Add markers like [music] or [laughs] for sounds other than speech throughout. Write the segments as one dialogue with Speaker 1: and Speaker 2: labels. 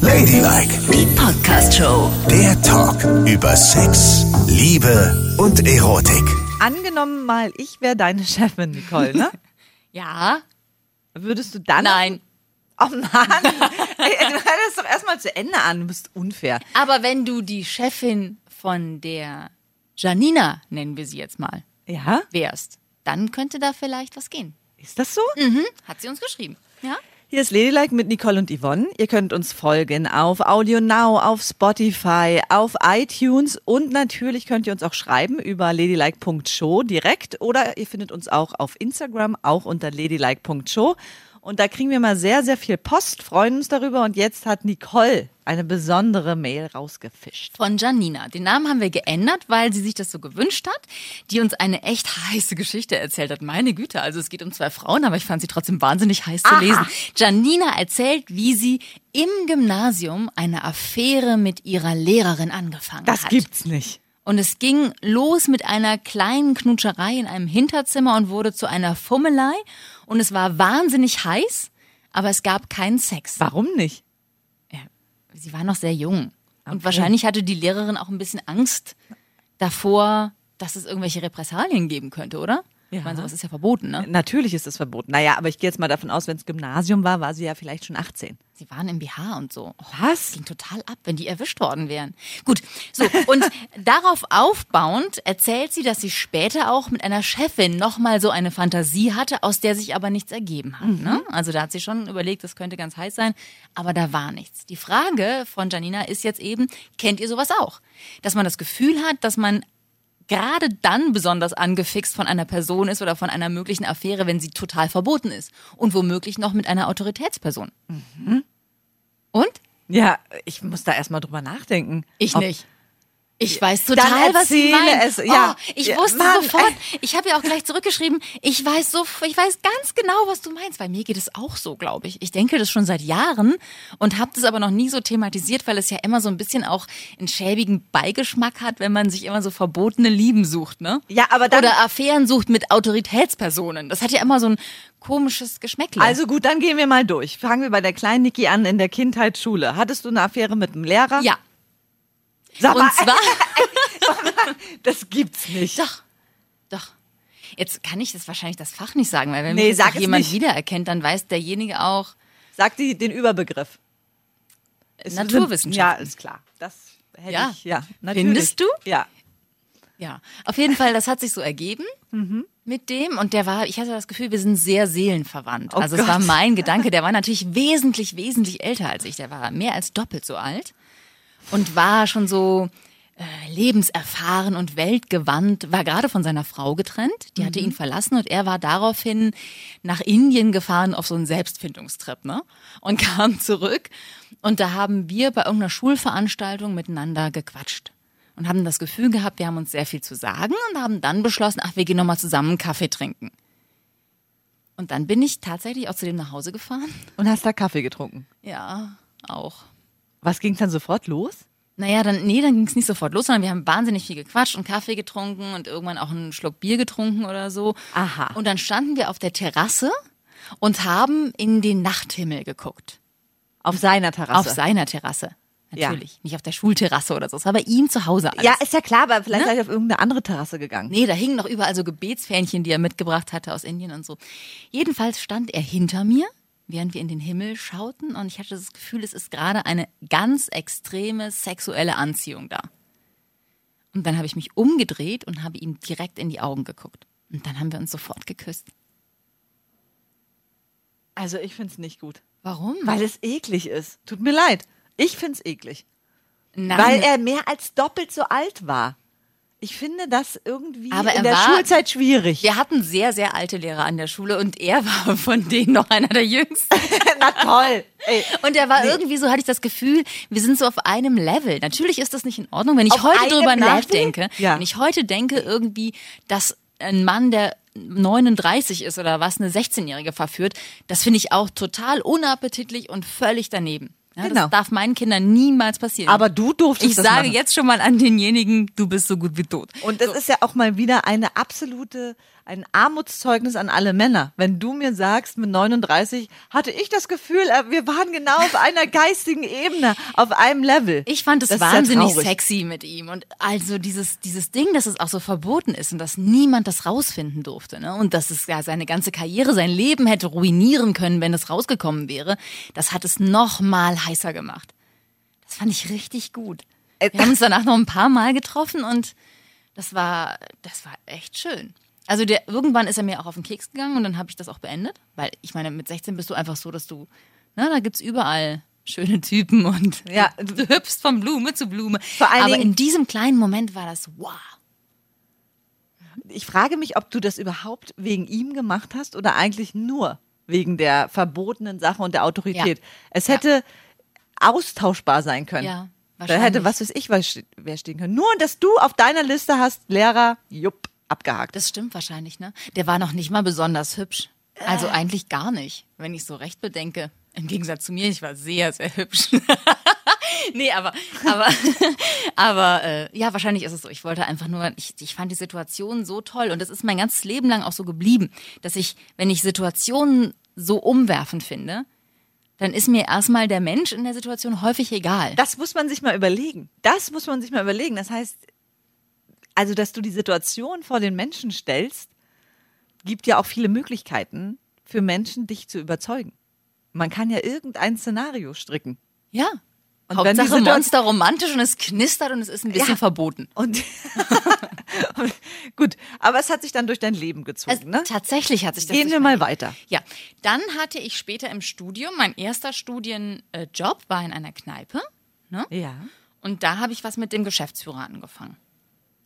Speaker 1: Ladylike,
Speaker 2: Die Podcast-Show.
Speaker 1: der Talk über Sex, Liebe und Erotik.
Speaker 3: Angenommen mal, ich wäre deine Chefin, Nicole, ne?
Speaker 2: Ja?
Speaker 3: Würdest du dann.
Speaker 2: Nein.
Speaker 3: Oh Mann! Ey, ey, du hörst doch erstmal zu Ende an, du bist unfair.
Speaker 2: Aber wenn du die Chefin von der Janina, nennen wir sie jetzt mal,
Speaker 3: Ja?
Speaker 2: wärst, dann könnte da vielleicht was gehen.
Speaker 3: Ist das so?
Speaker 2: Mhm. Hat sie uns geschrieben. Ja?
Speaker 3: Hier ist Ladylike mit Nicole und Yvonne. Ihr könnt uns folgen auf Audio Now, auf Spotify, auf iTunes und natürlich könnt ihr uns auch schreiben über ladylike.show direkt oder ihr findet uns auch auf Instagram, auch unter ladylike.show. Und da kriegen wir mal sehr, sehr viel Post, freuen uns darüber. Und jetzt hat Nicole eine besondere Mail rausgefischt.
Speaker 2: Von Janina. Den Namen haben wir geändert, weil sie sich das so gewünscht hat, die uns eine echt heiße Geschichte erzählt hat. Meine Güte, also es geht um zwei Frauen, aber ich fand sie trotzdem wahnsinnig heiß zu lesen. Janina erzählt, wie sie im Gymnasium eine Affäre mit ihrer Lehrerin angefangen
Speaker 3: Das
Speaker 2: hat.
Speaker 3: gibt's nicht.
Speaker 2: Und es ging los mit einer kleinen Knutscherei in einem Hinterzimmer und wurde zu einer Fummelei. Und es war wahnsinnig heiß, aber es gab keinen Sex.
Speaker 3: Warum nicht?
Speaker 2: Sie war noch sehr jung. Und wahrscheinlich hatte die Lehrerin auch ein bisschen Angst davor, dass es irgendwelche Repressalien geben könnte, oder? Ich
Speaker 3: Ja.
Speaker 2: meine, sowas ist ja verboten, ne?
Speaker 3: Natürlich ist es verboten. Naja, aber ich gehe jetzt mal davon aus, wenn es Gymnasium war, war sie ja vielleicht schon 18.
Speaker 2: Sie waren im BH und so. Oh,
Speaker 3: Was?
Speaker 2: ging total ab, wenn die erwischt worden wären. Gut, so und darauf aufbauend erzählt sie, dass sie später auch mit einer Chefin nochmal so eine Fantasie hatte, aus der sich aber nichts ergeben hat. Ne? Also da hat sie schon überlegt, das könnte ganz heiß sein, aber da war nichts. Die Frage von Janina ist jetzt eben, kennt ihr sowas auch? Dass man das Gefühl hat, dass man gerade dann besonders angefixt von einer Person ist oder von einer möglichen Affäre, wenn sie total verboten ist und womöglich noch mit einer Autoritätsperson. Und?
Speaker 3: Ja, ich muss da erstmal drüber nachdenken.
Speaker 2: Ich
Speaker 3: Ob-
Speaker 2: nicht. Ich weiß total, was sie
Speaker 3: erzähle
Speaker 2: meint.
Speaker 3: es, ja.
Speaker 2: oh, ich
Speaker 3: Ja,
Speaker 2: wusste
Speaker 3: Mann,
Speaker 2: sofort. Ich habe ja auch gleich zurückgeschrieben. Ich weiß so, ich weiß ganz genau, was du meinst. Bei mir geht es auch so, glaube ich. Ich denke das schon seit Jahren und habe das aber noch nie so thematisiert, weil es ja immer so ein bisschen auch einen schäbigen Beigeschmack hat, wenn man sich immer so verbotene Lieben sucht, ne?
Speaker 3: Ja, aber dann-
Speaker 2: oder Affären sucht mit Autoritätspersonen. Das hat ja immer so ein komisches Geschmäckle.
Speaker 3: Also gut, dann gehen wir mal durch. Fangen wir bei der kleinen Niki an in der Kindheit Schule. Hattest du eine Affäre mit einem Lehrer?
Speaker 2: ja,
Speaker 3: Sag mal,
Speaker 2: und
Speaker 3: [laughs]
Speaker 2: zwar
Speaker 3: das gibt's nicht.
Speaker 2: Doch, doch. Jetzt kann ich das wahrscheinlich das Fach nicht sagen, weil wenn
Speaker 3: Nee,
Speaker 2: mich jetzt
Speaker 3: sag
Speaker 2: noch
Speaker 3: es
Speaker 2: jemand
Speaker 3: nicht.
Speaker 2: wiedererkennt, dann weiß derjenige auch.
Speaker 3: Sag die den Überbegriff. Es sind-
Speaker 2: Naturwissenschaften.
Speaker 3: Ja, ist klar. Das hätte
Speaker 2: Ja.
Speaker 3: ich. Ja, natürlich.
Speaker 2: Findest du?
Speaker 3: Ja.
Speaker 2: Ja, auf jeden Fall, das hat sich so ergeben
Speaker 3: Mhm.
Speaker 2: mit dem und der war, ich hatte das Gefühl, wir sind sehr seelenverwandt.
Speaker 3: Oh
Speaker 2: also es
Speaker 3: Gott.
Speaker 2: war mein Gedanke, der war natürlich wesentlich, wesentlich älter als ich. Der war mehr als doppelt so alt und war schon so äh, lebenserfahren und weltgewandt, war gerade von seiner Frau getrennt, die hatte ihn verlassen und er war daraufhin nach Indien gefahren auf so einen Selbstfindungstrip, ne? Und [laughs] kam zurück und da haben wir bei irgendeiner Schulveranstaltung miteinander gequatscht und haben das Gefühl gehabt, wir haben uns sehr viel zu sagen und haben dann beschlossen, ach, wir gehen nochmal zusammen einen Kaffee trinken. Und dann bin ich tatsächlich auch zu dem nach Hause gefahren. [laughs]
Speaker 3: Und hast da Kaffee getrunken.
Speaker 2: Ja, auch.
Speaker 3: Was ging dann sofort los?
Speaker 2: Naja, dann, nee, dann ging es nicht sofort los, sondern wir haben wahnsinnig viel gequatscht und Kaffee getrunken und irgendwann auch einen Schluck Bier getrunken oder so.
Speaker 3: Aha.
Speaker 2: Und dann standen wir auf der Terrasse und haben in den Nachthimmel geguckt.
Speaker 3: Auf seiner Terrasse.
Speaker 2: Auf seiner Terrasse.
Speaker 3: Ja.
Speaker 2: Natürlich. Nicht auf der Schulterrasse oder so. Es war bei ihm zu Hause alles.
Speaker 3: ja, ist ja klar, aber vielleicht seid ihr auf irgendeine andere Terrasse gegangen.
Speaker 2: Ne? Nee, da hingen noch überall so Gebetsfähnchen, die er mitgebracht hatte aus Indien und so. Jedenfalls stand er hinter mir, während wir in den Himmel schauten und ich hatte das Gefühl, es ist gerade eine ganz extreme sexuelle Anziehung da. Und dann habe ich mich umgedreht und habe ihm direkt in die Augen geguckt. Und dann haben wir uns sofort geküsst.
Speaker 3: Also ich find's nicht gut.
Speaker 2: Warum?
Speaker 3: Weil es eklig ist. Tut mir leid. Ich find's eklig.
Speaker 2: Nein.
Speaker 3: Weil er mehr als doppelt so alt war. Ich finde das irgendwie
Speaker 2: Aber er
Speaker 3: in der
Speaker 2: war-
Speaker 3: Schulzeit
Speaker 2: [laughs]
Speaker 3: schwierig.
Speaker 2: wir hatten sehr, sehr alte Lehrer an der Schule und er war von denen noch einer der jüngsten.
Speaker 3: Na toll. Ey.
Speaker 2: Und er war irgendwie so, hatte ich das Gefühl, wir sind so auf einem Level. Natürlich ist das nicht in Ordnung, wenn ich
Speaker 3: Auf
Speaker 2: heute
Speaker 3: einem
Speaker 2: drüber
Speaker 3: Level?
Speaker 2: nachdenke.
Speaker 3: Ja.
Speaker 2: Wenn ich heute denke irgendwie, dass ein Mann, der 39 ist oder was, eine 16-Jährige verführt, das finde ich auch total unappetitlich und völlig daneben. Ja,
Speaker 3: Genau.
Speaker 2: Das darf meinen Kindern niemals passieren.
Speaker 3: Aber du durftest
Speaker 2: ich
Speaker 3: das
Speaker 2: sage
Speaker 3: machen.
Speaker 2: jetzt schon mal an denjenigen, du bist so gut wie tot.
Speaker 3: Und das ist ja auch mal wieder eine absolute ein Armutszeugnis an alle Männer, wenn du mir sagst, mit 39 hatte ich das Gefühl, äh, wir waren genau auf einer geistigen Ebene, auf einem Level.
Speaker 2: Ich fand es
Speaker 3: Das ist ja
Speaker 2: wahnsinnig
Speaker 3: traurig.
Speaker 2: sexy mit ihm. Und also dieses, dieses Ding, dass es auch so verboten ist und dass niemand das rausfinden durfte. Ne? Und dass es ja seine ganze Karriere, sein Leben hätte ruinieren können, wenn es rausgekommen wäre. Das hat es nochmal heißer gemacht. Das fand ich richtig gut.
Speaker 3: Äh,
Speaker 2: Wir haben uns danach noch ein paar Mal getroffen und das war, das war echt schön. Also der, irgendwann ist er mir auch auf den Keks gegangen und dann habe ich das auch beendet. Weil ich meine, mit 16 bist du einfach so, dass du, na, da gibt's überall schöne Typen und
Speaker 3: Ja.
Speaker 2: [laughs] du hüpfst von Blume zu Blume.
Speaker 3: Vor allen
Speaker 2: Aber
Speaker 3: Dingen-
Speaker 2: in diesem kleinen Moment war das wow.
Speaker 3: Ich frage mich, ob du das überhaupt wegen ihm gemacht hast oder eigentlich nur wegen der verbotenen Sache und der Autorität.
Speaker 2: Ja.
Speaker 3: Es hätte austauschbar sein können.
Speaker 2: Ja,
Speaker 3: da hätte
Speaker 2: wahrscheinlich.
Speaker 3: was weiß ich was ste- wer stehen können. Nur, dass du auf deiner Liste hast, Lehrer, jupp, abgehakt.
Speaker 2: Das stimmt wahrscheinlich, ne? Der war noch nicht mal besonders hübsch.
Speaker 3: Äh.
Speaker 2: Also eigentlich gar nicht, wenn ich so recht bedenke. Im Gegensatz zu mir, ich war sehr, sehr hübsch. [laughs] nee, aber, aber, [laughs] aber äh, ja, wahrscheinlich ist es so. Ich wollte einfach nur, ich, ich fand die Situation so toll und das ist mein ganzes Leben lang auch so geblieben, dass ich, wenn ich Situationen so umwerfend finde, dann ist mir erstmal der Mensch in der Situation häufig egal.
Speaker 3: Das muss man sich mal überlegen. Das muss man sich mal überlegen. Das heißt, also, dass du die Situation vor den Menschen stellst, gibt ja auch viele Möglichkeiten für Menschen, dich zu überzeugen. Man kann ja irgendein Szenario stricken.
Speaker 2: Ja.
Speaker 3: Und wenn die
Speaker 2: Hauptsache
Speaker 3: Situation-
Speaker 2: Monster romantisch und es knistert und es ist ein bisschen
Speaker 3: Ja.
Speaker 2: verboten.
Speaker 3: Und [laughs] gut, aber es hat sich dann durch dein Leben
Speaker 2: Also,
Speaker 3: gezogen, ne?
Speaker 2: Tatsächlich hat sich das
Speaker 3: Gehen
Speaker 2: durch
Speaker 3: wir
Speaker 2: mein
Speaker 3: mal weiter.
Speaker 2: Ja, dann hatte ich später im Studium, mein erster Studienjob war in einer Kneipe. Ne?
Speaker 3: Ja.
Speaker 2: Und da habe ich was mit dem Geschäftsführer angefangen.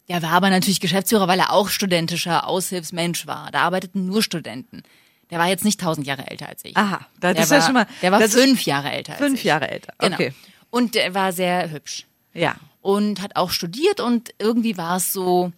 Speaker 2: Der war aber natürlich Geschäftsführer, weil er auch studentischer Aushilfsmensch war. Da arbeiteten nur Studenten. Der war jetzt nicht tausend Jahre älter als ich.
Speaker 3: Aha, das
Speaker 2: der
Speaker 3: ist
Speaker 2: war,
Speaker 3: ja schon mal-
Speaker 2: Der war
Speaker 3: das ist
Speaker 2: fünf Jahre älter als
Speaker 3: fünf
Speaker 2: ich.
Speaker 3: Jahre älter,
Speaker 2: Genau.
Speaker 3: okay.
Speaker 2: Und der war sehr hübsch
Speaker 3: Ja.
Speaker 2: und hat auch studiert und irgendwie war es so,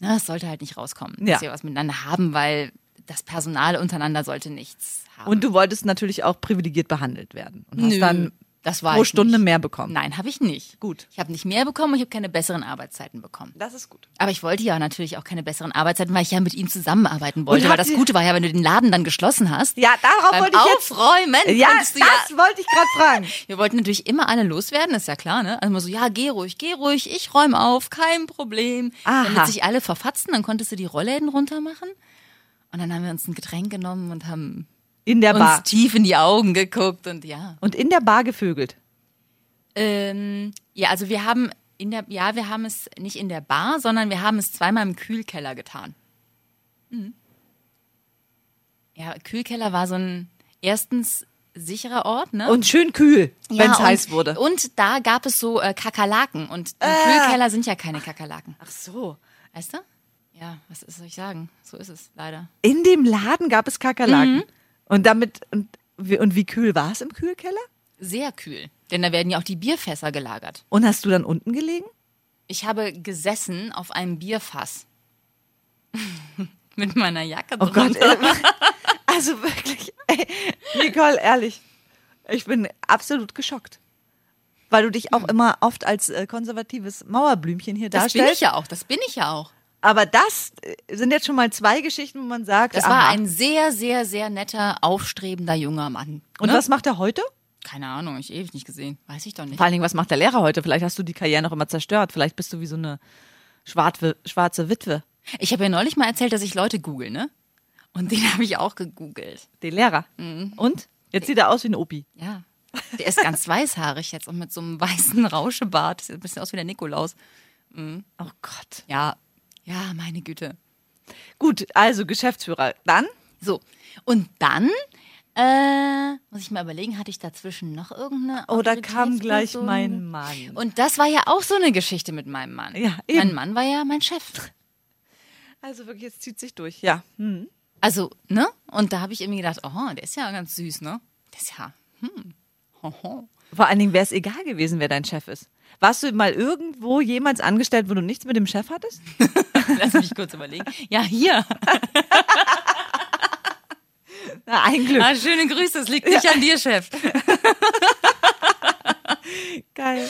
Speaker 2: na, es sollte halt nicht rauskommen,
Speaker 3: Ja.
Speaker 2: dass wir was miteinander haben, weil das Personal untereinander sollte nichts haben.
Speaker 3: Und du wolltest natürlich auch privilegiert behandelt werden und hast
Speaker 2: Nö,
Speaker 3: dann
Speaker 2: das war
Speaker 3: pro
Speaker 2: ich
Speaker 3: Stunde
Speaker 2: nicht.
Speaker 3: mehr bekommen.
Speaker 2: Nein, habe ich nicht.
Speaker 3: Gut.
Speaker 2: Ich habe nicht mehr bekommen, ich habe keine besseren Arbeitszeiten bekommen.
Speaker 3: Das ist gut.
Speaker 2: Aber ich wollte ja natürlich auch keine besseren Arbeitszeiten, weil ich ja mit ihm zusammenarbeiten wollte. Aber
Speaker 3: habt
Speaker 2: das
Speaker 3: ihr-
Speaker 2: Gute war ja, wenn du den Laden dann geschlossen hast.
Speaker 3: Ja, darauf
Speaker 2: beim
Speaker 3: wollte ich jetzt-
Speaker 2: Aufräumen
Speaker 3: Ja,
Speaker 2: konntest
Speaker 3: das
Speaker 2: du ja
Speaker 3: wollte ich gerade fragen.
Speaker 2: wir wollten natürlich immer alle loswerden, ist ja klar, ne? Also immer so, ja, geh ruhig, geh ruhig, ich räume auf, kein Problem.
Speaker 3: Aha.
Speaker 2: Damit sich alle verfatzen, dann konntest du die Rollläden runtermachen. Und dann haben wir uns ein Getränk genommen und haben
Speaker 3: In der Bar.
Speaker 2: uns tief in die Augen geguckt und ja.
Speaker 3: Und in der Bar gevögelt.
Speaker 2: Ähm, ja, also wir haben in der, ja, wir haben es nicht in der Bar, sondern wir haben es zweimal im Kühlkeller getan. Mhm. Ja, Kühlkeller war so ein erstens sicherer Ort, ne?
Speaker 3: Und schön kühl,
Speaker 2: Ja,
Speaker 3: wenn es
Speaker 2: und- Oh,
Speaker 3: heiß wurde. Ah.
Speaker 2: Und da gab es so äh, Kakerlaken und im Kühlkeller sind ja keine Kakerlaken.
Speaker 3: Ach so.
Speaker 2: Weißt du? Ja, was ist- soll ich sagen? So ist es leider.
Speaker 3: In dem Laden gab es
Speaker 2: Mhm.
Speaker 3: Kakerlaken. Und damit und, wie- und wie kühl war es im Kühlkeller?
Speaker 2: Sehr kühl, denn da werden ja auch die Bierfässer gelagert.
Speaker 3: Und hast du dann unten gelegen?
Speaker 2: Ich habe gesessen auf einem Bierfass. [laughs] Mit meiner Jacke
Speaker 3: Oh Gott. [laughs]
Speaker 2: drunter.
Speaker 3: äh, Also wirklich, ey, Nicole, ehrlich, ich bin absolut geschockt. Weil du dich auch immer oft als äh, konservatives Mauerblümchen hier
Speaker 2: Das bin ich
Speaker 3: darstellst.
Speaker 2: ja auch, das bin ich ja auch.
Speaker 3: Aber das äh, sind jetzt schon mal zwei Geschichten, wo man sagt,
Speaker 2: Das
Speaker 3: aha.
Speaker 2: war ein sehr, sehr, sehr netter, aufstrebender junger Mann.
Speaker 3: und
Speaker 2: ne?
Speaker 3: was macht er heute?
Speaker 2: Keine Ahnung, ich ewig nicht gesehen. Weiß ich doch nicht.
Speaker 3: Vor allen Dingen, was macht der Lehrer heute? Vielleicht hast du die Karriere noch immer zerstört. Vielleicht bist du wie so eine schwarze, schwarze Witwe.
Speaker 2: Ich habe ja neulich mal erzählt, dass ich Leute google, ne? Und den [laughs] habe ich auch gegoogelt.
Speaker 3: Den Lehrer. Und? Jetzt sieht er aus wie ein Opi.
Speaker 2: Ja. Der ist ganz weißhaarig jetzt und mit so einem weißen Rauschebart. Sieht ein bisschen aus wie der Nikolaus.
Speaker 3: Oh Gott.
Speaker 2: Ja. Ja, meine Güte.
Speaker 3: Gut, also Geschäftsführer. Dann?
Speaker 2: So. Und dann, äh, muss ich mal überlegen, hatte ich dazwischen noch irgendeine.
Speaker 3: Oh, da kam gleich
Speaker 2: Autoritätsperson?
Speaker 3: mein Mann.
Speaker 2: Und das war ja auch so eine Geschichte mit meinem Mann.
Speaker 3: Ja, eben.
Speaker 2: Mein Mann war ja mein Chef.
Speaker 3: Also wirklich, es zieht sich durch. Ja.
Speaker 2: Also, ne? Und da habe ich irgendwie gedacht, oh, der ist ja ganz süß, ne? Der ist ja, hm, hoho.
Speaker 3: Vor allen Dingen wäre es egal gewesen, wer dein Chef ist. Warst du mal irgendwo jemals angestellt, wo du nichts mit dem Chef hattest? [laughs]
Speaker 2: Lass mich kurz überlegen. Ja, hier.
Speaker 3: Na, ein Glück.
Speaker 2: Ah, schöne Grüße, das liegt nicht an dir, Chef.
Speaker 3: [laughs] Geil.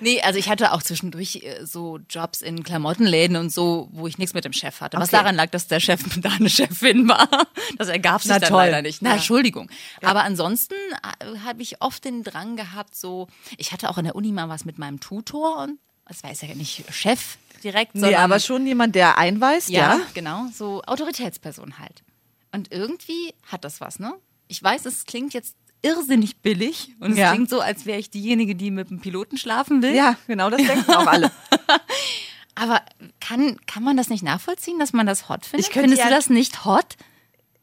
Speaker 2: Nee, also ich hatte auch zwischendurch äh, so Jobs in Klamottenläden und so, wo ich nichts mit dem Chef hatte. Was
Speaker 3: Okay.
Speaker 2: daran lag, dass der Chef [laughs] da eine Chefin war. Das ergab sich
Speaker 3: Na
Speaker 2: dann
Speaker 3: toll.
Speaker 2: leider nicht. Na,
Speaker 3: Ja.
Speaker 2: Entschuldigung. Aber ansonsten äh, habe ich oft den Drang gehabt, so, ich hatte auch an der Uni mal was mit meinem Tutor und das weiß ja nicht Chef direkt, sondern
Speaker 3: Nee, aber schon jemand, der einweist,
Speaker 2: ja,
Speaker 3: ja?
Speaker 2: genau, so Autoritätsperson halt. Und irgendwie hat das was, ne? Ich weiß, es klingt jetzt irrsinnig billig und es
Speaker 3: Ja.
Speaker 2: klingt so, als wäre ich diejenige, die mit dem Piloten schlafen will.
Speaker 3: Ja, genau, das denken auch [laughs] alle.
Speaker 2: Aber kann, kann man das nicht nachvollziehen, dass man das hot findet?
Speaker 3: Ich könnte
Speaker 2: Findest
Speaker 3: ja-
Speaker 2: du das nicht hot?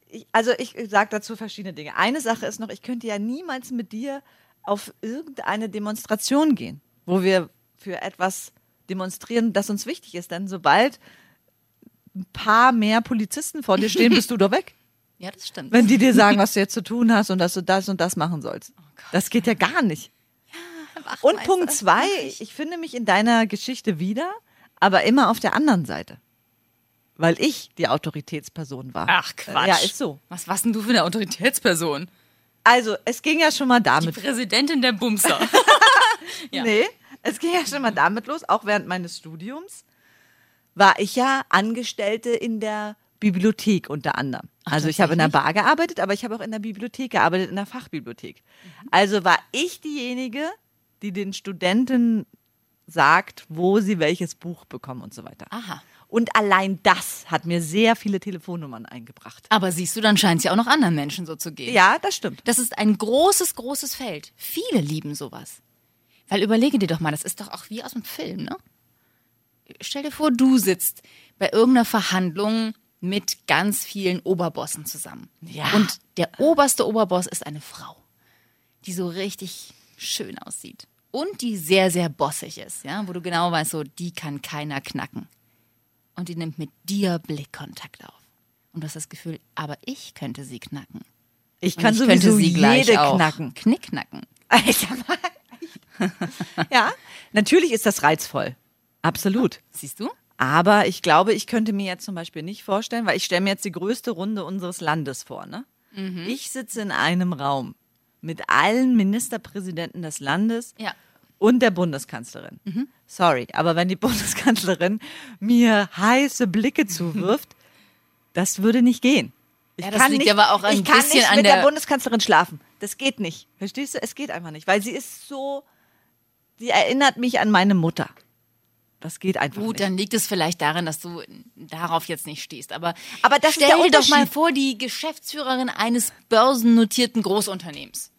Speaker 3: Ich, also ich sage dazu verschiedene Dinge. Eine Sache ist noch, ich könnte ja niemals mit dir auf irgendeine Demonstration gehen, wo wir für etwas demonstrieren, das uns wichtig ist. Denn sobald ein paar mehr Polizisten vor dir stehen, bist du doch weg.
Speaker 2: Ja, das stimmt.
Speaker 3: Wenn die dir
Speaker 2: [laughs]
Speaker 3: sagen, was du jetzt zu tun hast und dass du das und das machen sollst.
Speaker 2: Oh
Speaker 3: das geht ja gar nicht.
Speaker 2: Ach,
Speaker 3: Und
Speaker 2: Meister,
Speaker 3: Punkt
Speaker 2: das
Speaker 3: zwei,
Speaker 2: mach ich.
Speaker 3: ich finde mich in deiner Geschichte wieder, aber immer auf der anderen Seite. Weil ich die Autoritätsperson war. Äh,
Speaker 2: Ach Quatsch.
Speaker 3: Ja, ist so.
Speaker 2: Was warst denn du für eine Autoritätsperson?
Speaker 3: Also, es ging ja schon mal
Speaker 2: Die
Speaker 3: damit.
Speaker 2: Präsidentin der Bumser. [laughs] ja.
Speaker 3: Nee, es ging ja schon mal damit los, auch während meines Studiums war ich ja Angestellte in der Bibliothek unter anderem. also ich habe in der Bar gearbeitet, aber ich habe auch in der Bibliothek gearbeitet, in der Fachbibliothek.
Speaker 2: Mhm.
Speaker 3: Also war ich diejenige, die den Studenten sagt, wo sie welches Buch bekommen und so weiter.
Speaker 2: Aha.
Speaker 3: Und allein das hat mir sehr viele Telefonnummern eingebracht.
Speaker 2: Aber siehst du, dann scheint es ja auch noch anderen Menschen so zu gehen.
Speaker 3: Ja, das stimmt.
Speaker 2: Das ist ein großes, großes Feld. Viele lieben sowas. Weil überlege dir doch mal, das ist doch auch wie aus dem Film, ne? Stell dir vor, du sitzt bei irgendeiner Verhandlung mit ganz vielen Oberbossen zusammen.
Speaker 3: Ja.
Speaker 2: Und der oberste Oberboss ist eine Frau, die so richtig schön aussieht. Und die sehr, sehr bossig ist, ja, wo du genau weißt, so, die kann keiner knacken. Und die nimmt mit dir Blickkontakt auf. Und du hast das Gefühl, aber ich könnte sie knacken.
Speaker 3: Ich
Speaker 2: Und
Speaker 3: kann
Speaker 2: ich
Speaker 3: sowieso
Speaker 2: könnte sie gleich
Speaker 3: jede
Speaker 2: auch
Speaker 3: knacken.
Speaker 2: Knickknacken.
Speaker 3: Alter, [laughs] mal. ja, natürlich ist das reizvoll. Absolut.
Speaker 2: Siehst du?
Speaker 3: Aber ich glaube, ich könnte mir jetzt zum Beispiel nicht vorstellen, weil ich stelle mir jetzt die größte Runde unseres Landes vor. Ne?
Speaker 2: Mhm.
Speaker 3: Ich sitze in einem Raum mit allen Ministerpräsidenten des Landes
Speaker 2: Ja. Mhm.
Speaker 3: und der Bundeskanzlerin. Sorry, aber wenn die [laughs] Bundeskanzlerin mir heiße Blicke zuwirft, das würde nicht gehen. Ich
Speaker 2: Ja, das liegt aber auch ein
Speaker 3: ich kann
Speaker 2: bisschen
Speaker 3: nicht
Speaker 2: an
Speaker 3: mit der,
Speaker 2: der-
Speaker 3: Bundeskanzlerin schlafen. Das geht nicht. Verstehst du? Es geht einfach nicht, weil sie ist so. Sie erinnert mich an meine Mutter. Das geht einfach
Speaker 2: Gut,
Speaker 3: nicht.
Speaker 2: dann liegt es vielleicht daran, dass du darauf jetzt nicht stehst. Aber,
Speaker 3: Aber das ist
Speaker 2: stell
Speaker 3: der
Speaker 2: dir doch mal
Speaker 3: Unterschied.
Speaker 2: vor, die Geschäftsführerin eines börsennotierten Großunternehmens.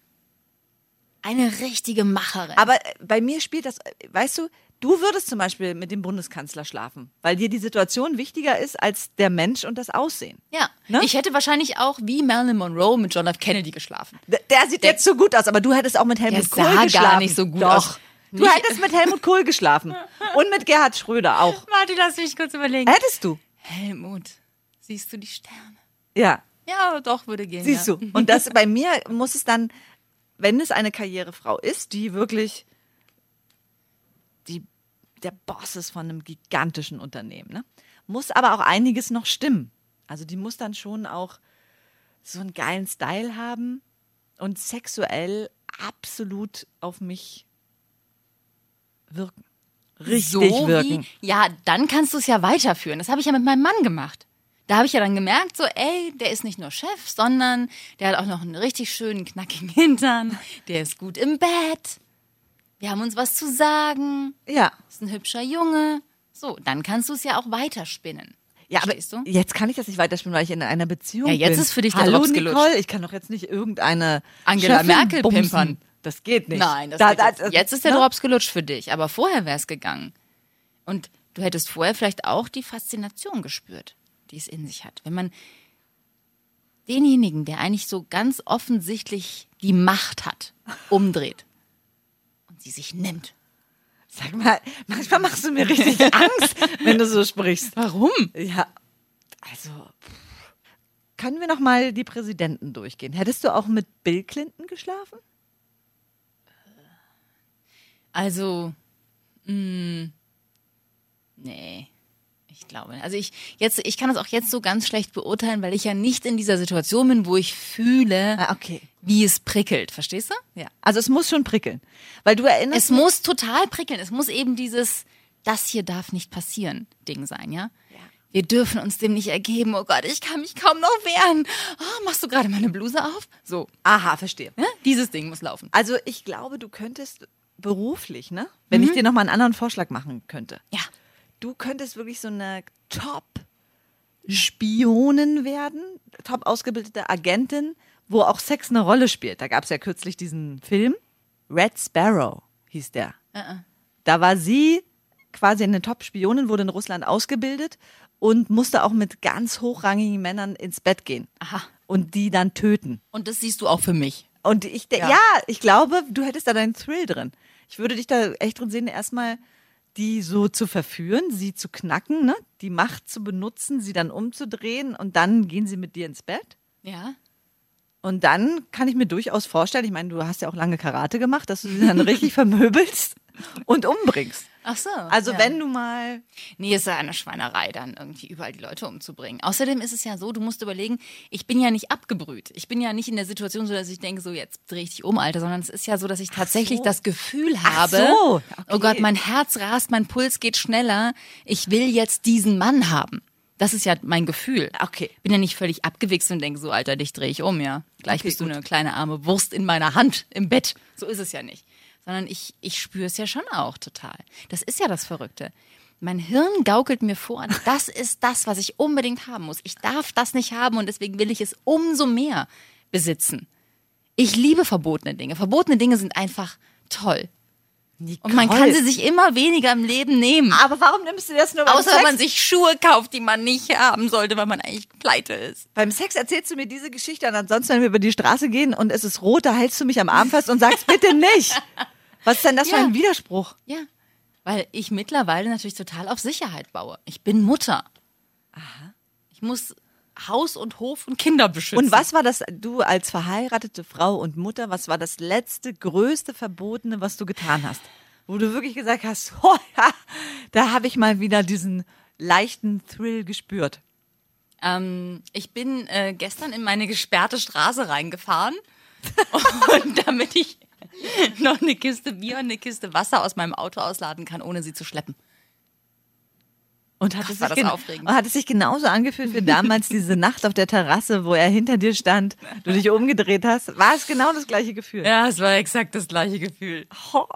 Speaker 2: Eine richtige Macherin.
Speaker 3: Aber äh, bei mir spielt das, äh, weißt du, du würdest zum Beispiel mit dem Bundeskanzler schlafen, weil dir die Situation wichtiger ist als der Mensch und das Aussehen.
Speaker 2: ja,
Speaker 3: Ne?
Speaker 2: ich hätte wahrscheinlich auch wie Marilyn Monroe mit John F. Kennedy geschlafen.
Speaker 3: Der, der sieht jetzt so gut aus, aber du hättest auch mit Helmut
Speaker 2: Der
Speaker 3: Kohl
Speaker 2: sah gar
Speaker 3: geschlafen.
Speaker 2: nicht so gut
Speaker 3: Doch.
Speaker 2: aus.
Speaker 3: Du
Speaker 2: Nicht-
Speaker 3: hättest mit Helmut Kohl geschlafen und mit Gerhard Schröder auch.
Speaker 2: Warte, lass mich kurz überlegen.
Speaker 3: Hättest du?
Speaker 2: Helmut, siehst du die Sterne?
Speaker 3: Ja,
Speaker 2: Ja, doch, würde gehen.
Speaker 3: siehst
Speaker 2: ja.
Speaker 3: du. Und das bei mir muss es dann, wenn es eine Karrierefrau ist, die wirklich die, der Boss ist von einem gigantischen Unternehmen, ne? muss aber auch einiges noch stimmen. Also die muss dann schon auch so einen geilen Style haben und sexuell absolut auf mich wirken. Richtig
Speaker 2: so
Speaker 3: wirken.
Speaker 2: Wie, ja, dann kannst du es ja weiterführen. Das habe ich ja mit meinem Mann gemacht. Da habe ich ja dann gemerkt, so, ey, der ist nicht nur Chef, sondern der hat auch noch einen richtig schönen, knackigen [laughs] Hintern. Der ist gut im Bett. Wir haben uns was zu sagen.
Speaker 3: Ja.
Speaker 2: Ist ein hübscher Junge. So, dann kannst du es ja auch weiterspinnen.
Speaker 3: Ja, aber
Speaker 2: Verstehst du?
Speaker 3: jetzt kann ich das nicht weiterspielen, weil ich in einer Beziehung
Speaker 2: Ja,
Speaker 3: bin.
Speaker 2: jetzt ist für dich der
Speaker 3: Hallo,
Speaker 2: Drops
Speaker 3: Nicole,
Speaker 2: gelutscht.
Speaker 3: ich kann doch jetzt nicht irgendeine
Speaker 2: Angela
Speaker 3: Chefin
Speaker 2: Merkel
Speaker 3: bumsen.
Speaker 2: pimpern.
Speaker 3: Das geht nicht.
Speaker 2: Nein, das ne? geht jetzt. jetzt
Speaker 3: ne?
Speaker 2: ist der Drops gelutscht für dich, aber vorher wäre es gegangen. Und du hättest vorher vielleicht auch die Faszination gespürt, die es in sich hat. Wenn man denjenigen, der eigentlich so ganz offensichtlich die Macht hat, umdreht und sie sich nimmt.
Speaker 3: Sag mal, manchmal machst du mir richtig
Speaker 2: [laughs]
Speaker 3: Angst, wenn du so sprichst.
Speaker 2: Warum?
Speaker 3: Ja, also pff. können wir noch mal die Präsidenten durchgehen? Hättest du auch mit Bill Clinton geschlafen?
Speaker 2: Also, mh, mm, nee. Ich Ich glaube. Also ich jetzt, ich kann das auch jetzt so ganz schlecht beurteilen, weil ich ja nicht in dieser Situation bin, wo ich fühle,
Speaker 3: Ah, okay.
Speaker 2: wie es prickelt. Verstehst du? Ja.
Speaker 3: Also es muss schon prickeln. Weil du erinnerst
Speaker 2: Es muss total prickeln. Es muss eben dieses, das hier darf nicht passieren, Ding sein, ja? Wir dürfen uns dem nicht ergeben. Oh Gott, ich kann mich kaum noch wehren. Oh, machst du gerade meine Bluse auf? So.
Speaker 3: Aha, verstehe.
Speaker 2: Ne? Dieses Ding muss laufen.
Speaker 3: Also ich glaube, du könntest beruflich, ne? Wenn
Speaker 2: Mhm.
Speaker 3: ich dir nochmal einen anderen Vorschlag machen könnte.
Speaker 2: Ja.
Speaker 3: Du könntest wirklich so eine Top-Spionin werden, top ausgebildete Agentin, wo auch Sex eine Rolle spielt. Da gab es ja kürzlich diesen Film. Red Sparrow hieß der.
Speaker 2: Äh,
Speaker 3: Da war sie quasi eine Top-Spionin, wurde in Russland ausgebildet und musste auch mit ganz hochrangigen Männern ins Bett gehen.
Speaker 2: Aha.
Speaker 3: Und die dann töten.
Speaker 2: Und das siehst du auch für mich.
Speaker 3: Und ich denke, ja. ich glaube, du hättest da deinen Thrill drin. Ich würde dich da echt drin sehen, erstmal die so zu verführen, sie zu knacken, ne? die Macht zu benutzen, sie dann umzudrehen und dann gehen sie mit dir ins Bett.
Speaker 2: Ja.
Speaker 3: Und dann kann ich mir durchaus vorstellen, ich meine, du hast ja auch lange Karate gemacht, dass du sie
Speaker 2: [laughs]
Speaker 3: dann richtig vermöbelst und umbringst.
Speaker 2: Ach so.
Speaker 3: Also
Speaker 2: ja.
Speaker 3: wenn du mal
Speaker 2: Nee, ist ja eine Schweinerei, dann irgendwie überall die Leute umzubringen. Außerdem ist es ja so, du musst überlegen, ich bin ja nicht abgebrüht. Ich bin ja nicht in der Situation so, dass ich denke, so jetzt drehe ich dich um, Alter, sondern es ist ja so, dass ich tatsächlich
Speaker 3: so.
Speaker 2: das Gefühl
Speaker 3: Ach
Speaker 2: habe,
Speaker 3: so, okay.
Speaker 2: oh Gott, mein Herz rast, mein Puls geht schneller, ich will jetzt diesen Mann haben. Das ist ja mein Gefühl.
Speaker 3: Okay.
Speaker 2: Bin ja nicht völlig abgewichst und denke so, Alter, dich drehe ich um, ja. Gleich
Speaker 3: Okay,
Speaker 2: bist du
Speaker 3: gut.
Speaker 2: eine kleine arme Wurst in meiner Hand im Bett. So ist es ja nicht. Sondern ich, ich spüre es ja schon auch total. Das ist ja das Verrückte. Mein Hirn gaukelt mir vor, das ist das, was ich unbedingt haben muss. Ich darf das nicht haben und deswegen will ich es umso mehr besitzen. Ich liebe verbotene Dinge. Verbotene Dinge sind einfach toll. Und man kann sie sich immer weniger im Leben nehmen.
Speaker 3: Aber warum nimmst du das nur beim
Speaker 2: Außer wenn
Speaker 3: Sex?
Speaker 2: man sich Schuhe kauft, die man nicht haben sollte, weil man eigentlich pleite ist.
Speaker 3: Beim Sex erzählst du mir diese Geschichte und ansonsten, wenn wir über die Straße gehen und es ist rot, da hältst du mich am Arm fest und sagst bitte
Speaker 2: [laughs]
Speaker 3: nicht. Was ist denn das für
Speaker 2: Ja.
Speaker 3: ein Widerspruch?
Speaker 2: Ja. Weil ich mittlerweile natürlich total auf Sicherheit baue. Ich bin Mutter. Aha. Ich muss Haus und Hof und Kinder beschützen.
Speaker 3: Und was war das, du als verheiratete Frau und Mutter, was war das letzte, größte Verbotene, was du getan hast? Wo du wirklich gesagt hast, [laughs] oh ja, da habe ich mal wieder diesen leichten Thrill gespürt.
Speaker 2: Ähm, ich bin äh, gestern in meine gesperrte Straße [laughs] reingefahren. und damit ich noch eine Kiste Bier und eine Kiste Wasser aus meinem Auto ausladen kann, ohne sie zu schleppen.
Speaker 3: Und hat,
Speaker 2: Gott,
Speaker 3: es
Speaker 2: war
Speaker 3: sich
Speaker 2: das
Speaker 3: gen-
Speaker 2: aufregend.
Speaker 3: und hat es sich genauso angefühlt wie damals
Speaker 2: [laughs]
Speaker 3: diese Nacht auf der Terrasse, wo er hinter dir stand, du dich umgedreht hast. War es genau das gleiche Gefühl?
Speaker 2: Ja, es war exakt das gleiche Gefühl.
Speaker 3: Oh,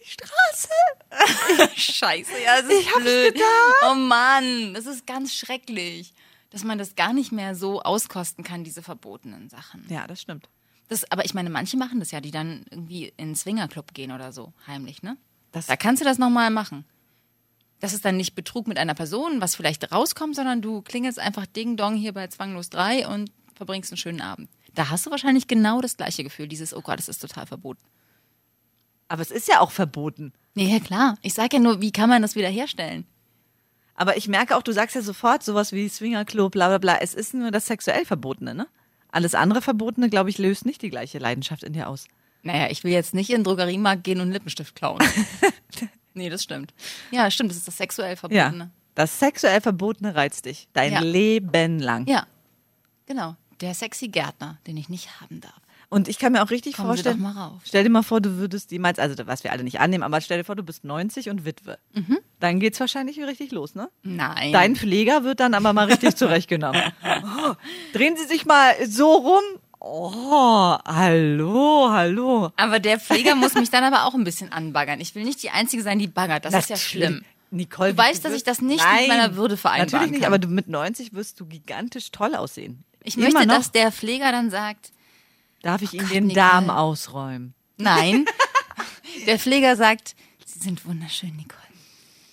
Speaker 3: die Straße.
Speaker 2: Scheiße, ja, es ist
Speaker 3: Ich hab's
Speaker 2: blöd.
Speaker 3: getan.
Speaker 2: Oh Mann, das ist ganz schrecklich, dass man das gar nicht mehr so auskosten kann, diese verbotenen Sachen.
Speaker 3: Ja, das stimmt.
Speaker 2: Das, aber ich meine, manche machen das ja, die dann irgendwie in den Swingerclub gehen oder so, heimlich, ne?
Speaker 3: Das-
Speaker 2: da kannst du das nochmal machen. Das ist dann nicht Betrug mit einer Person, was vielleicht rauskommt, sondern du klingelst einfach Ding-Dong hier bei Zwanglos 3 und verbringst einen schönen Abend. Da hast du wahrscheinlich genau das gleiche Gefühl, dieses, oh Gott, das ist total verboten.
Speaker 3: Aber es ist ja auch verboten.
Speaker 2: Nee, ja klar. Ich sag ja nur, wie kann man das wiederherstellen?
Speaker 3: Aber ich merke auch, du sagst ja sofort sowas wie Swingerclub, bla bla bla. Es ist nur das sexuell Verbotene, ne? Alles andere Verbotene, glaube ich, löst nicht die gleiche Leidenschaft in dir aus.
Speaker 2: Naja, ich will jetzt nicht in den Drogeriemarkt gehen und einen Lippenstift klauen. nee, das stimmt. Ja, stimmt, das ist das sexuell
Speaker 3: Ja.
Speaker 2: Verbotene.
Speaker 3: Das sexuell Verbotene reizt dich. Dein
Speaker 2: Ja.
Speaker 3: Leben lang.
Speaker 2: Ja. Genau. Der sexy Gärtner, den ich nicht haben darf.
Speaker 3: Und ich kann mir auch richtig
Speaker 2: Kommen Sie
Speaker 3: vorstellen.
Speaker 2: doch mal rauf.
Speaker 3: Stell dir mal vor, du würdest jemals, also was wir alle nicht annehmen, aber stell dir vor, du bist 90 und Witwe.
Speaker 2: Mhm.
Speaker 3: Dann geht's wahrscheinlich richtig los, ne?
Speaker 2: Nein.
Speaker 3: Dein Pfleger wird dann aber mal richtig zurechtgenommen. Oh, drehen Sie sich mal so rum. Oh, hallo, hallo.
Speaker 2: aber der Pfleger muss mich dann aber auch ein bisschen anbaggern. Ich will nicht die Einzige sein, die baggert. Das ist ja schlimm.
Speaker 3: Nicole,
Speaker 2: Du weißt,
Speaker 3: wie
Speaker 2: dass ich
Speaker 3: wirst-
Speaker 2: das nicht
Speaker 3: Nein,
Speaker 2: mit meiner Würde vereinbaren
Speaker 3: Natürlich nicht,
Speaker 2: kann.
Speaker 3: aber du, mit 90 wirst du gigantisch toll aussehen.
Speaker 2: Ich
Speaker 3: Immer
Speaker 2: möchte,
Speaker 3: noch
Speaker 2: dass der Pfleger dann sagt,
Speaker 3: darf ich Ihnen
Speaker 2: Gott,
Speaker 3: den
Speaker 2: Nicole.
Speaker 3: Darm ausräumen.
Speaker 2: nein.
Speaker 3: [laughs]
Speaker 2: der Pfleger sagt, Sie sind wunderschön, Nicole.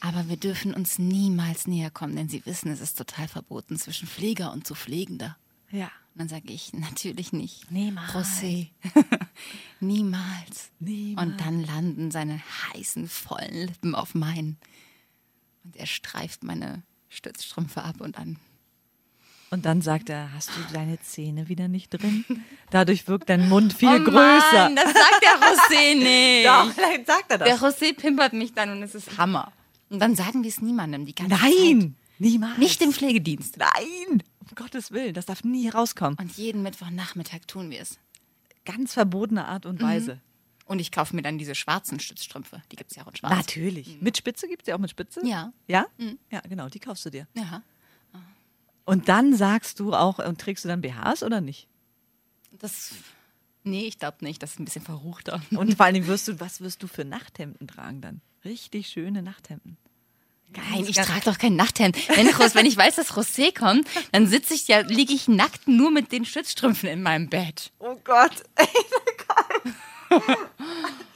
Speaker 2: Aber wir dürfen uns niemals näher kommen, denn Sie wissen, es ist total verboten zwischen Pfleger und zu Pflegender.
Speaker 3: Ja.
Speaker 2: Und dann sage ich, [laughs] natürlich nicht.
Speaker 3: Niemals.
Speaker 2: José. [laughs] Niemals.
Speaker 3: Niemals.
Speaker 2: Und dann landen seine heißen, vollen Lippen auf meinen. Und er streift meine Stützstrümpfe ab und an.
Speaker 3: Und dann sagt er, hast du deine Zähne wieder nicht drin? Dadurch wirkt dein Mund viel
Speaker 2: oh
Speaker 3: größer.
Speaker 2: Mann, das sagt der
Speaker 3: [laughs]
Speaker 2: José nicht.
Speaker 3: Doch, vielleicht sagt er das.
Speaker 2: Der José pimpert mich dann und es ist Hammer. Und dann sagen wir es niemandem die ganze Zeit.
Speaker 3: Nein! Niemals.
Speaker 2: Nicht im Pflegedienst.
Speaker 3: Nein, um Gottes Willen, das darf nie rauskommen.
Speaker 2: Und jeden Mittwochnachmittag tun wir es.
Speaker 3: Ganz verbotene Art
Speaker 2: Mhm.
Speaker 3: und Weise.
Speaker 2: Und ich kaufe mir dann diese schwarzen Stützstrümpfe. Die gibt es ja auch in schwarz.
Speaker 3: Natürlich. Mhm. Mit Spitze gibt es ja auch mit Spitze?
Speaker 2: Ja. Mhm.
Speaker 3: Ja? Ja, genau, die kaufst du dir.
Speaker 2: Ja.
Speaker 3: Und dann sagst du auch, und trägst du dann BHs oder nicht?
Speaker 2: Das. Nee, ich glaube nicht. Das ist ein bisschen verruchter. [laughs]
Speaker 3: Und vor allem wirst du, was wirst du für Nachthemden tragen dann? Richtig schöne Nachthemden.
Speaker 2: Nein, ich trage doch kein Nachthemd. Wenn, Ros- wenn ich weiß, dass Rosé kommt, dann sitze ich ja, liege ich nackt nur mit den Stützstrümpfen in meinem Bett.
Speaker 3: Oh Gott, [laughs] ey,
Speaker 2: [laughs]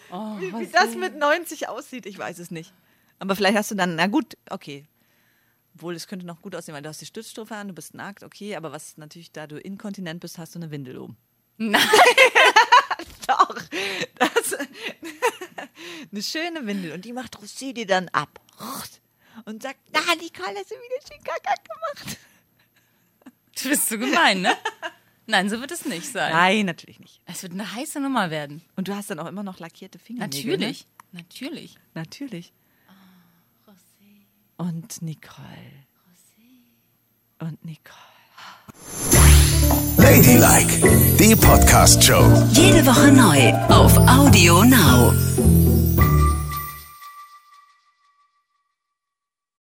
Speaker 2: Oh,
Speaker 3: wie, wie das mit 90 aussieht, ich weiß es nicht. Aber vielleicht hast du dann, na gut, okay. Obwohl, es könnte noch gut aussehen, weil du hast die Stützstrümpfe an, du bist nackt, okay, aber was natürlich, da du inkontinent bist, hast du eine Windel um.
Speaker 2: Nein.
Speaker 3: [laughs] Doch, das, [laughs] eine schöne Windel und die macht Rosé dir dann ab. Und sagt, na, Nicole, hast du wieder schön Kackert gemacht?
Speaker 2: Du bist so gemein, ne? Nein, so wird es nicht sein.
Speaker 3: Nein, natürlich nicht.
Speaker 2: Es wird eine heiße Nummer werden.
Speaker 3: Und du hast dann auch immer noch lackierte Fingernägel. ne?
Speaker 2: Natürlich. Natürlich.
Speaker 3: Natürlich. Und Nicole. Und Nicole.
Speaker 1: Ladylike, die Podcast-Show.
Speaker 4: Jede Woche neu auf Audio Now.